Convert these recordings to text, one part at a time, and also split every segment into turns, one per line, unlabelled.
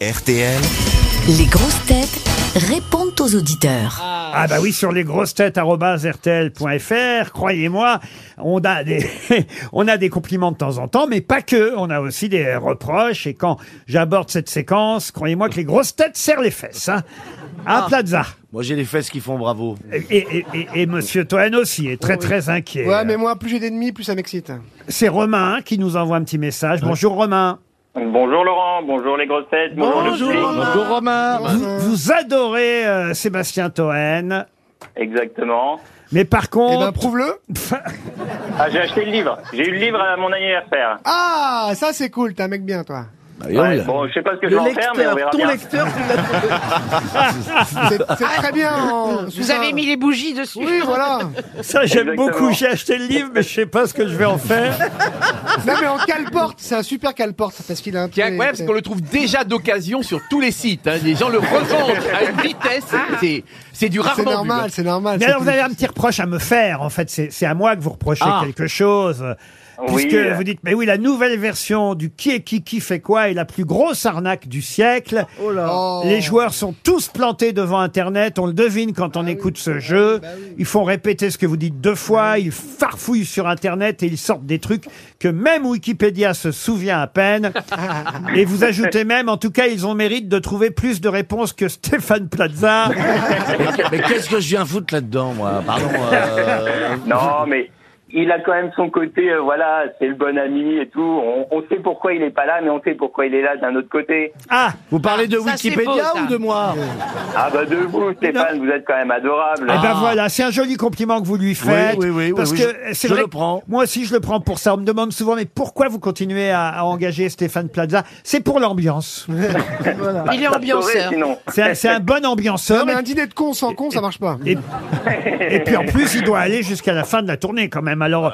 RTL.
Les grosses têtes répondent aux auditeurs.
Ah bah oui, sur les grosses croyez-moi, on a des on a des compliments de temps en temps, mais pas que, on a aussi des reproches et quand j'aborde cette séquence, croyez-moi que les grosses têtes serrent les fesses hein.
Ah.
À Plaza.
Moi, j'ai les fesses qui font bravo.
Et, et, et- et Monsieur Toen aussi est très très inquiet.
Ouais, mais moi, plus j'ai d'ennemis, plus ça m'excite.
C'est Romain qui nous envoie un petit message. Bonjour Romain.
Bonjour Laurent, bonjour les grosses têtes, bonjour, le public.
Bonjour Romain.
Vous, vous adorez euh, Sébastien Toen,
Exactement.
mais par
Eh ben,
contre,
prouve-le.
Ah, j'ai acheté le livre. J'ai eu le livre à mon anniversaire.
Ah, ça, c'est cool, t'es un mec bien, toi.
Ah,
Ouais, bon, je sais pas ce que je vais en faire, mais on verra bien.
C'est c'est très bien. en-
Vous
Suzanne.
avez mis les bougies dessus.
Oui, voilà.
ça j'aime
Exactement.
beaucoup. J'ai acheté le livre, mais je sais pas ce que je vais en faire.
Non, mais en cale-porte, c'est un super cale-porte, parce qu'il a un
Ce qui est
trait-
incroyable, c'est qu'on le trouve déjà d'occasion sur tous les sites. hein. Les gens le revendent à une vitesse. C'est, c'est du
Ah. C'est
rarement vu, hein.
normal, c'est normal.
Mais
c'est
alors, vous
tout.
avez un petit reproche à me faire, en fait. C'est c'est à moi que vous reprochez
Ah.
quelque chose. euh,
Oui.
Puisque vous dites, mais oui, la nouvelle version du qui est qui, qui fait quoi est la plus grosse arnaque du siècle.
Oh.
Les joueurs sont tous plantés devant Internet. On le devine quand on écoute ce jeu. Ils font répéter ce que vous dites deux fois. Ils farfouillent sur Internet et ils sortent des trucs que même Wikipédia se souvient à peine. et vous ajoutez même, en tout cas, ils ont mérite de trouver plus de réponses que Stéphane Plaza.
Mais qu'est-ce que je viens foutre là-dedans, moi Pardon. euh,
Non, mais il a quand même son côté, euh, voilà, c'est le bon ami et tout. On, on sait pourquoi il est pas là, mais on sait pourquoi il est là d'un autre côté.
Ah!
Vous parlez de
Ça, c'est beau,
Wikipédia
ça.
ou de moi
Ah bah de vous, Stéphane, vous êtes quand même adorable.
Eh ben voilà, c'est un joli compliment que vous lui faites.
Ah. Oui, oui, oui, oui,
parce
oui,
que
je-
c'est
je
vrai
le
que
prends.
Moi aussi, je le prends pour ça. On me demande souvent, mais pourquoi vous continuez à, à engager Stéphane Plaza C'est pour l'ambiance.
Il est
Ça te sauverait,
ambianceur.
sinon.
C'est un, c'est un bon ambianceur.
Non, mais un dîner de con sans con, ça marche pas.
Et, et puis en plus, il doit aller jusqu'à la fin de la tournée quand même. Alors.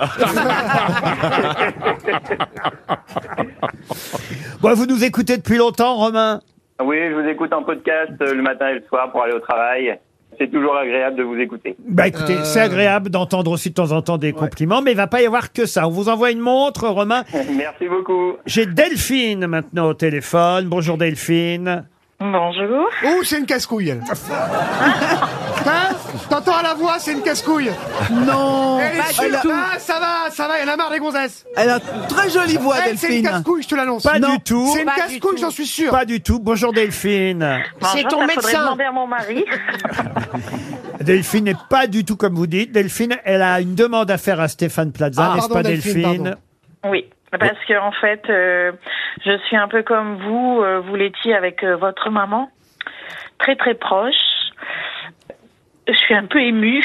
bon, vous nous écoutez depuis longtemps, Romain.
Oui, je vous écoute en podcast euh, le matin et le soir pour aller au travail. C'est toujours agréable de vous écouter.
Bah écoutez,
Euh.
c'est agréable d'entendre aussi de temps en temps des compliments, mais il va pas y avoir que ça. On vous envoie une montre, Romain.
Merci beaucoup.
J'ai Delphine maintenant au téléphone. Bonjour Delphine.
Bonjour.
Oh, c'est une casse-couille, elle. Hein T'entends à la voix, c'est une casse-couille. Non. Elle est sûre. Ah, ça va, ça va, elle a marre des gonzesses.
Elle a une très jolie voix,
Elle, c'est une
Ah, Delphine.
casse-couille, je te l'annonce.
Pas du tout.
C'est une
Pas du
casse-couille,
tout.
j'en suis sûr.
Pas du tout. Bonjour Delphine.
C'est
Bonjour,
ton
ça
médecin.
faudrait demander à mon mari.
Delphine n'est pas du tout comme vous dites. Delphine, elle a une demande à faire à Stéphane Plaza,
Ah,
n'est-ce
pardon,
pas
Delphine,
Delphine,
pardon.
oui, parce que en fait, euh, je suis un peu comme vous, euh, vous l'étiez avec euh, votre maman, très très proche. Je suis un peu émue.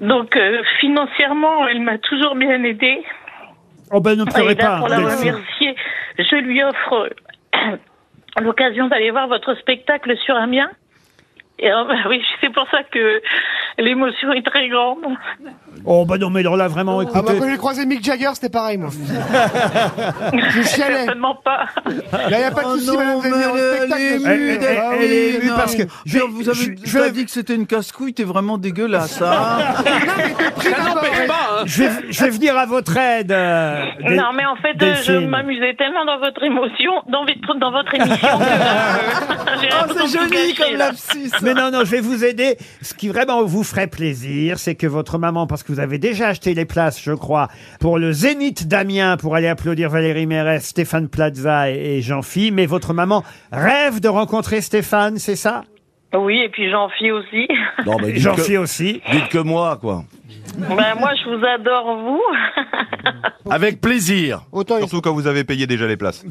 Donc euh, financièrement, elle m'a toujours bien aidée.
Oh ben ne pleurez
Et là,
pas,
Ah, pour la
Delphine.
remercier, je lui offre l'occasion d'aller voir votre spectacle sur Amiens. Et oh, bah oui, c'est pour ça que l'émotion est très grande.
Oh ben non, mais alors là vraiment,
Ah bah
écoutez.
quand j'ai croisé Mick Jagger, c'était pareil moi. je chialais.
Certainement pas.
Là y a pas de souci,
Oh, non,
madame, vous allez venir au
mais
spectacle. Eh,
elle est
Elle, elle- elle-
Ah
elle est
oui,
émue
non.
parce que je,
Pierre, vous avez
je- je
t'as
vais-
dit que c'était une casse-couille, t'es vraiment dégueulasse. hein.
Pris d'abord,
N'empêche
elle-
pas, hein.
je vais, je vais venir à votre aide. euh, Del-
Non, mais en fait, euh, je
Delphine.
m'amusais tellement dans votre émotion, dans, votre- dans votre émission. que, euh, j'ai
Oh,
l'impression
c'est
de tout
joli
gâcher,
comme
là.
l'abscisse.
Mais non, non, je vais vous aider. Ce qui vraiment vous ferait plaisir, c'est que votre maman, parce que vous avez déjà acheté les places, je crois, pour le Zénith d'Amiens, pour aller applaudir Valérie Mérès, Stéphane Plaza et, et Jean-Phi, mais votre maman rêve de rencontrer Stéphane, c'est ça
Oui, et puis jean phi aussi.
Non, mais
Et
dites
Jean-Phi
que,
aussi.
dites que moi, quoi.
ben, moi, je vous adore, vous.
Avec plaisir.
eh,
Bah,
Autant il-
Surtout quand vous avez payé déjà les places.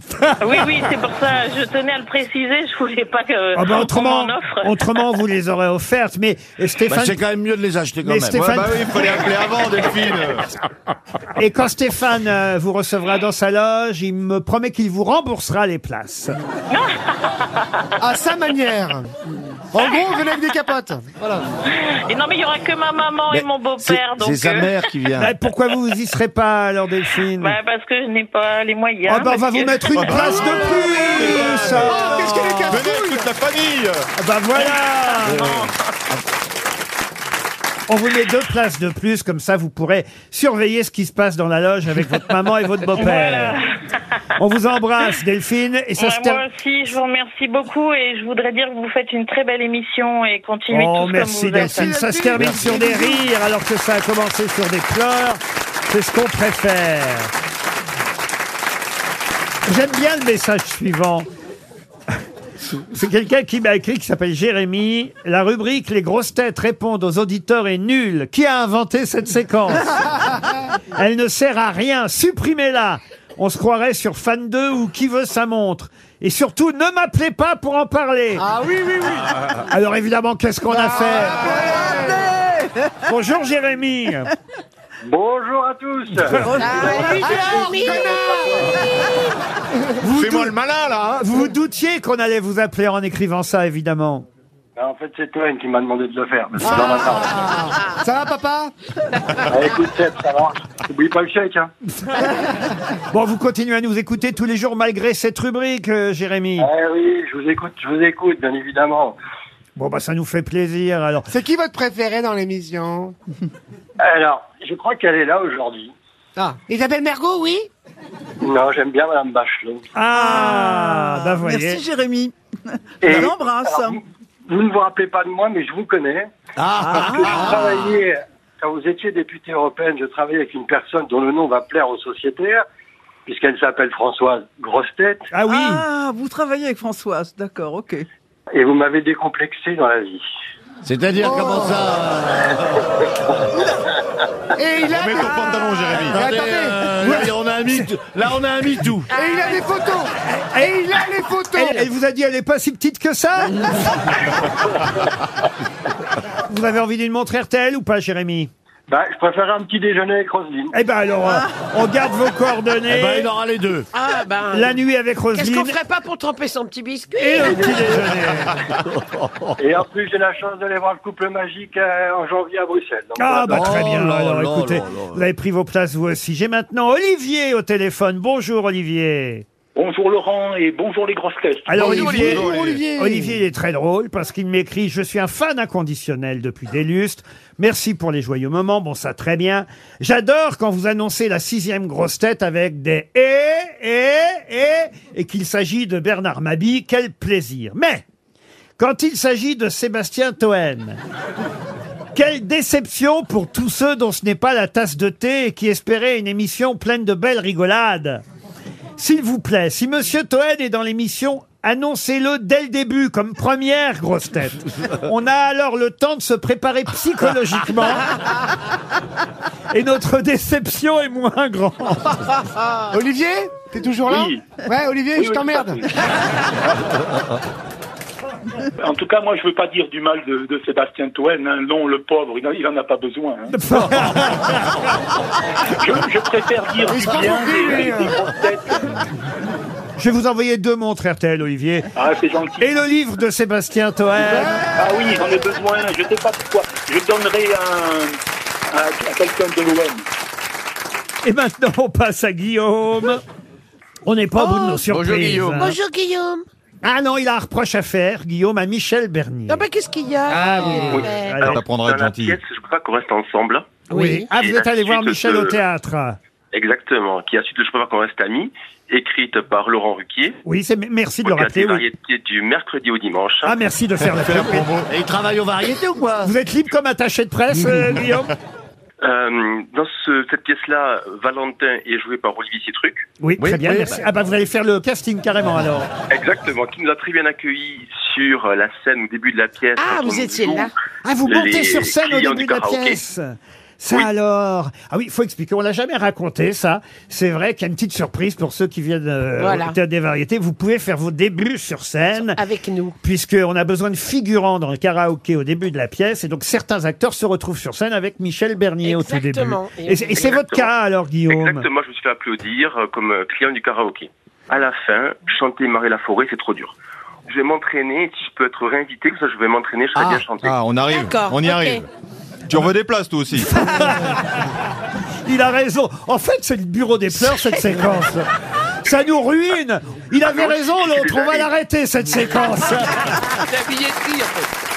oui, oui, c'est pour ça, je tenais à le préciser, je voulais pas que.
Ah bah,
qu'on
autrement,
m'en offre.
autrement, vous les aurez offertes, mais
Bah,
Stéphane...
c'est quand même mieux de les acheter quand
mais
même. bah
Stéphane-
il fallait appeler avant, Delphine.
et quand Stéphane euh, vous recevra dans sa loge, il me promet qu'il vous remboursera les places.
Ah.
à sa manière. En gros, venez avec des capotes. Voilà.
Et non, mais il y aura que ma maman
Mais
et mon beau-père,
c'est-
donc.
C'est sa
euh,
mère qui vient.
Bah, Pourquoi vous y serez pas, alors, Delphine
bah, parce que je n'ai pas les moyens.
Ah bah, oh, on va
parce
vous
que-
mettre une place de plus
Oh, qu'est-ce qu'elle est casse
bah,
Venez toute la famille.
Ah bah voilà On vous met deux places de plus, comme ça vous pourrez surveiller ce qui se passe dans la loge avec votre maman et votre beau-père. On vous embrasse, Delphine. Et ça
Ouais,
se termine.
moi aussi, je vous remercie beaucoup et je voudrais dire que vous faites une très belle émission et continuez
Oh,
tous
merci
comme vous êtes.
Delphine. Ça se termine sur des rires alors que ça a commencé sur des pleurs. C'est ce qu'on préfère. J'aime bien le message suivant. C'est quelqu'un qui m'a écrit qui s'appelle Jérémy. La rubrique Les grosses têtes répondent aux auditeurs est nulle. Qui a inventé cette séquence Elle ne sert à rien. Supprimez-la. On se croirait sur Fan 2 ou Qui veut sa montre. Et surtout, ne m'appelez pas pour en parler. Ah oui, oui, oui. Alors évidemment, qu'est-ce qu'on a fait Bonjour Jérémy.
Bonjour à tous.
Fais-moi le malin là. Vous vous doutiez qu'on allait vous appeler en écrivant ça, évidemment.
Bah, En fait, c'est Toen qui m'a demandé de le faire. parce que dans ma part.
Ça va, papa
Ah, écoute, Seb, ça marche. Oublie pas le chèque. Hein.
Bon, vous continuez à nous écouter tous les jours malgré cette rubrique, euh, Jérémy.
Ah oui, je vous écoute, je vous écoute, bien évidemment.
Bon, bah ça nous fait plaisir. Alors,
C'est qui votre préféré dans l'émission
Alors, je crois qu'elle est là aujourd'hui.
Ah. Isabelle Mergot, oui
Non, j'aime bien Madame Bachelot.
Ah, bah voyez.
Merci Jérémy.
Et-
On l'embrasse.
alors, vous, vous ne vous rappelez pas de moi, mais je vous connais. Parce que je travaillais, quand vous étiez députée européenne, je travaillais avec une personne dont le nom va plaire aux sociétaires, puisqu'elle s'appelle Françoise Grosse-Tête,
Ah
oui. Ah, vous travaillez avec Françoise, d'accord, ok.
et vous m'avez décomplexé dans la vie.
Oh.
C'est-à-dire comment ça
Et il a...
Mets ton pantalon, Jérémy.
Attendez.
euh, on a un mi- là, on a un MeToo.
Et il a les photos Et il a les photos
Elle, elle Eh, vous a dit, elle est pas si petite que ça Vous avez envie d'une montre RTL ou pas, Jérémy
Bah, je préférais un petit déjeuner avec Roselyne.
Eh ben alors, euh, on garde vos coordonnées.
Eh ben, il aura les deux.
Ah, ben.
La nuit avec
Qu'est-ce qu'on
Roselyne
ferait pas pour tremper son petit biscuit
et le petit déjeuner.
Et en plus, j'ai la chance d'aller voir le couple magique euh, en janvier à Bruxelles. Donc,
Ah bah
voilà.
très bien.
Oh là
alors
là
écoutez,
là là.
vous avez pris vos places vous aussi. J'ai maintenant Olivier au téléphone. Bonjour Olivier.
Bonjour Laurent et bonjour les grosses têtes.
Alors Olivier,
Bonjour, Olivier.
Olivier, il est très drôle parce qu'il m'écrit Je suis un fan inconditionnel depuis des lustres. Merci pour les joyeux moments. Bon, ça très bien. J'adore quand vous annoncez la sixième grosse tête avec des et et et et qu'il s'agit de Bernard Mabi. Quel plaisir. Mais quand il s'agit de Sébastien Toen. Quelle déception pour tous ceux dont ce n'est pas la tasse de thé et qui espéraient une émission pleine de belles rigolades. S'il vous plaît, si Monsieur Toen est dans l'émission, annoncez-le dès le début comme première grosse tête. On a alors le temps de se préparer psychologiquement et notre déception est moins grande.
Olivier T'es toujours là
Oui.
Ouais, Olivier,
Oui,
je
oui,
t'emmerde.
En tout cas, moi, je veux pas dire du mal de, de Sébastien Toen. hein. Non, le pauvre, il en- il en a pas besoin. hein. je, je préfère dire
Il
du
se prend
bien
pour qui,
des,
lui,
des- des grosses têtes.
Je vais vous envoyer deux montres RTL, Olivier.
Ah, c'est gentil.
Et le livre de Sébastien Toen.
Ah oui, j'en ai besoin. Je sais pas pourquoi. Je donnerai un, à, à quelqu'un de l'OM.
Et maintenant, on passe à Guillaume. On n'est pas au bout de nos surprises.
Guillaume.
hein.
Oh. Bonjour Guillaume.
Ah non, il a un reproche à faire, Guillaume, à Michel Bernier.
Ah, ben qu'est-ce qu'il y a
Ah oui.
Ouais.
Alors, t'apprendras à être
dans la
gentil.
pièce, je crois qu'on reste ensemble.
Oui. Ah, vous
Et
êtes
la
allé voir
suite
Michel
de-
au théâtre.
Exactement. Qui est la suite de Je préfère qu'on reste amis, écrite par Laurent Ruquier.
Oui, c'est merci de le
Podcast des
rappeler. oui.
variétés du mercredi au dimanche.
Ah, merci de faire la pub.
Et il travaille aux variétés ou quoi
Vous êtes libre comme attaché de presse, euh, Guillaume
Euh, dans ce- cette pièce-là, Valentin est joué par Olivier Citruc.
Oui, très bien, merci. Ah bah vous allez faire le casting carrément alors.
Exactement. Qui nous a très bien accueillis sur euh, la scène au début de la pièce.
Ah,
Quand
vous
on
étiez
joue
là.
Ah, vous
les
montez sur scène au
clients
début
du
de la
karaoké.
pièce ça alors Ah oui, il faut expliquer, on l'a jamais raconté ça. C'est vrai qu'il y a une petite surprise pour ceux qui viennent euh,
Voilà.
au Théâtre des Variétés. Vous pouvez faire vos débuts sur scène.
Avec nous.
puisqu'on a besoin de figurants dans le karaoké au début de la pièce, et donc certains acteurs se retrouvent sur scène avec Michel
Exactement.
Bernier au tout début. Et, c'est- et c'est votre
Exactement.
cas alors, Guillaume
Exactement. Je me suis fait applaudir euh, comme euh, client du karaoké. À la fin, chanter Marie Laforêt, c'est trop dur. Je vais m'entraîner. Si je peux être réinvité, comme ça, je vais m'entraîner. Je serai bien chanté.
Ah, on arrive,
D'accord,
on y
ok.
arrive. Tu en veux des places, toi aussi
Il a raison. En fait, c'est le bureau des pleurs, cette séquence. Ça nous ruine. Il avait raison, l'autre. On va l'arrêter, cette séquence.
C'est un billet de prix, en fait.